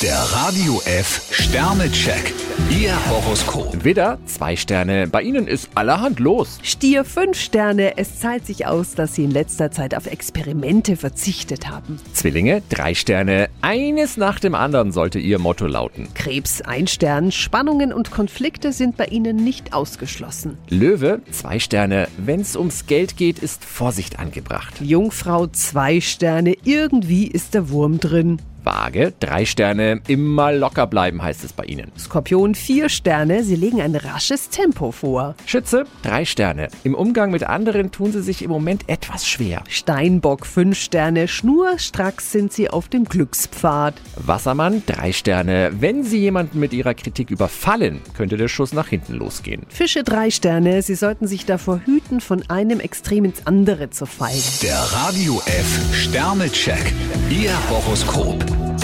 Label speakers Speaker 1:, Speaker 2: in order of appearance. Speaker 1: Der Radio F Sternecheck. Ihr Horoskop.
Speaker 2: Widder, zwei Sterne. Bei Ihnen ist allerhand los.
Speaker 3: Stier 5 Sterne, es zahlt sich aus, dass Sie in letzter Zeit auf Experimente verzichtet haben.
Speaker 2: Zwillinge, drei Sterne. Eines nach dem anderen sollte Ihr Motto lauten.
Speaker 3: Krebs 1 Stern, Spannungen und Konflikte sind bei Ihnen nicht ausgeschlossen.
Speaker 2: Löwe, zwei Sterne. Wenn's ums Geld geht, ist Vorsicht angebracht.
Speaker 3: Jungfrau 2 Sterne, irgendwie ist der Wurm drin.
Speaker 2: Waage, drei Sterne. Immer locker bleiben heißt es bei Ihnen.
Speaker 3: Skorpion 4 Sterne, Sie legen ein rasches Tempo vor.
Speaker 2: Schütze, drei Sterne. Im Umgang mit anderen tun Sie sich im Moment etwas schwer.
Speaker 3: Steinbock 5 Sterne, schnurstracks sind Sie auf dem Glückspfad.
Speaker 2: Wassermann, drei Sterne. Wenn Sie jemanden mit Ihrer Kritik überfallen, könnte der Schuss nach hinten losgehen.
Speaker 3: Fische 3 Sterne, Sie sollten sich davor hüten, von einem Extrem ins andere zu fallen.
Speaker 1: Der Radio F Sternecheck. Ihr Horoskop.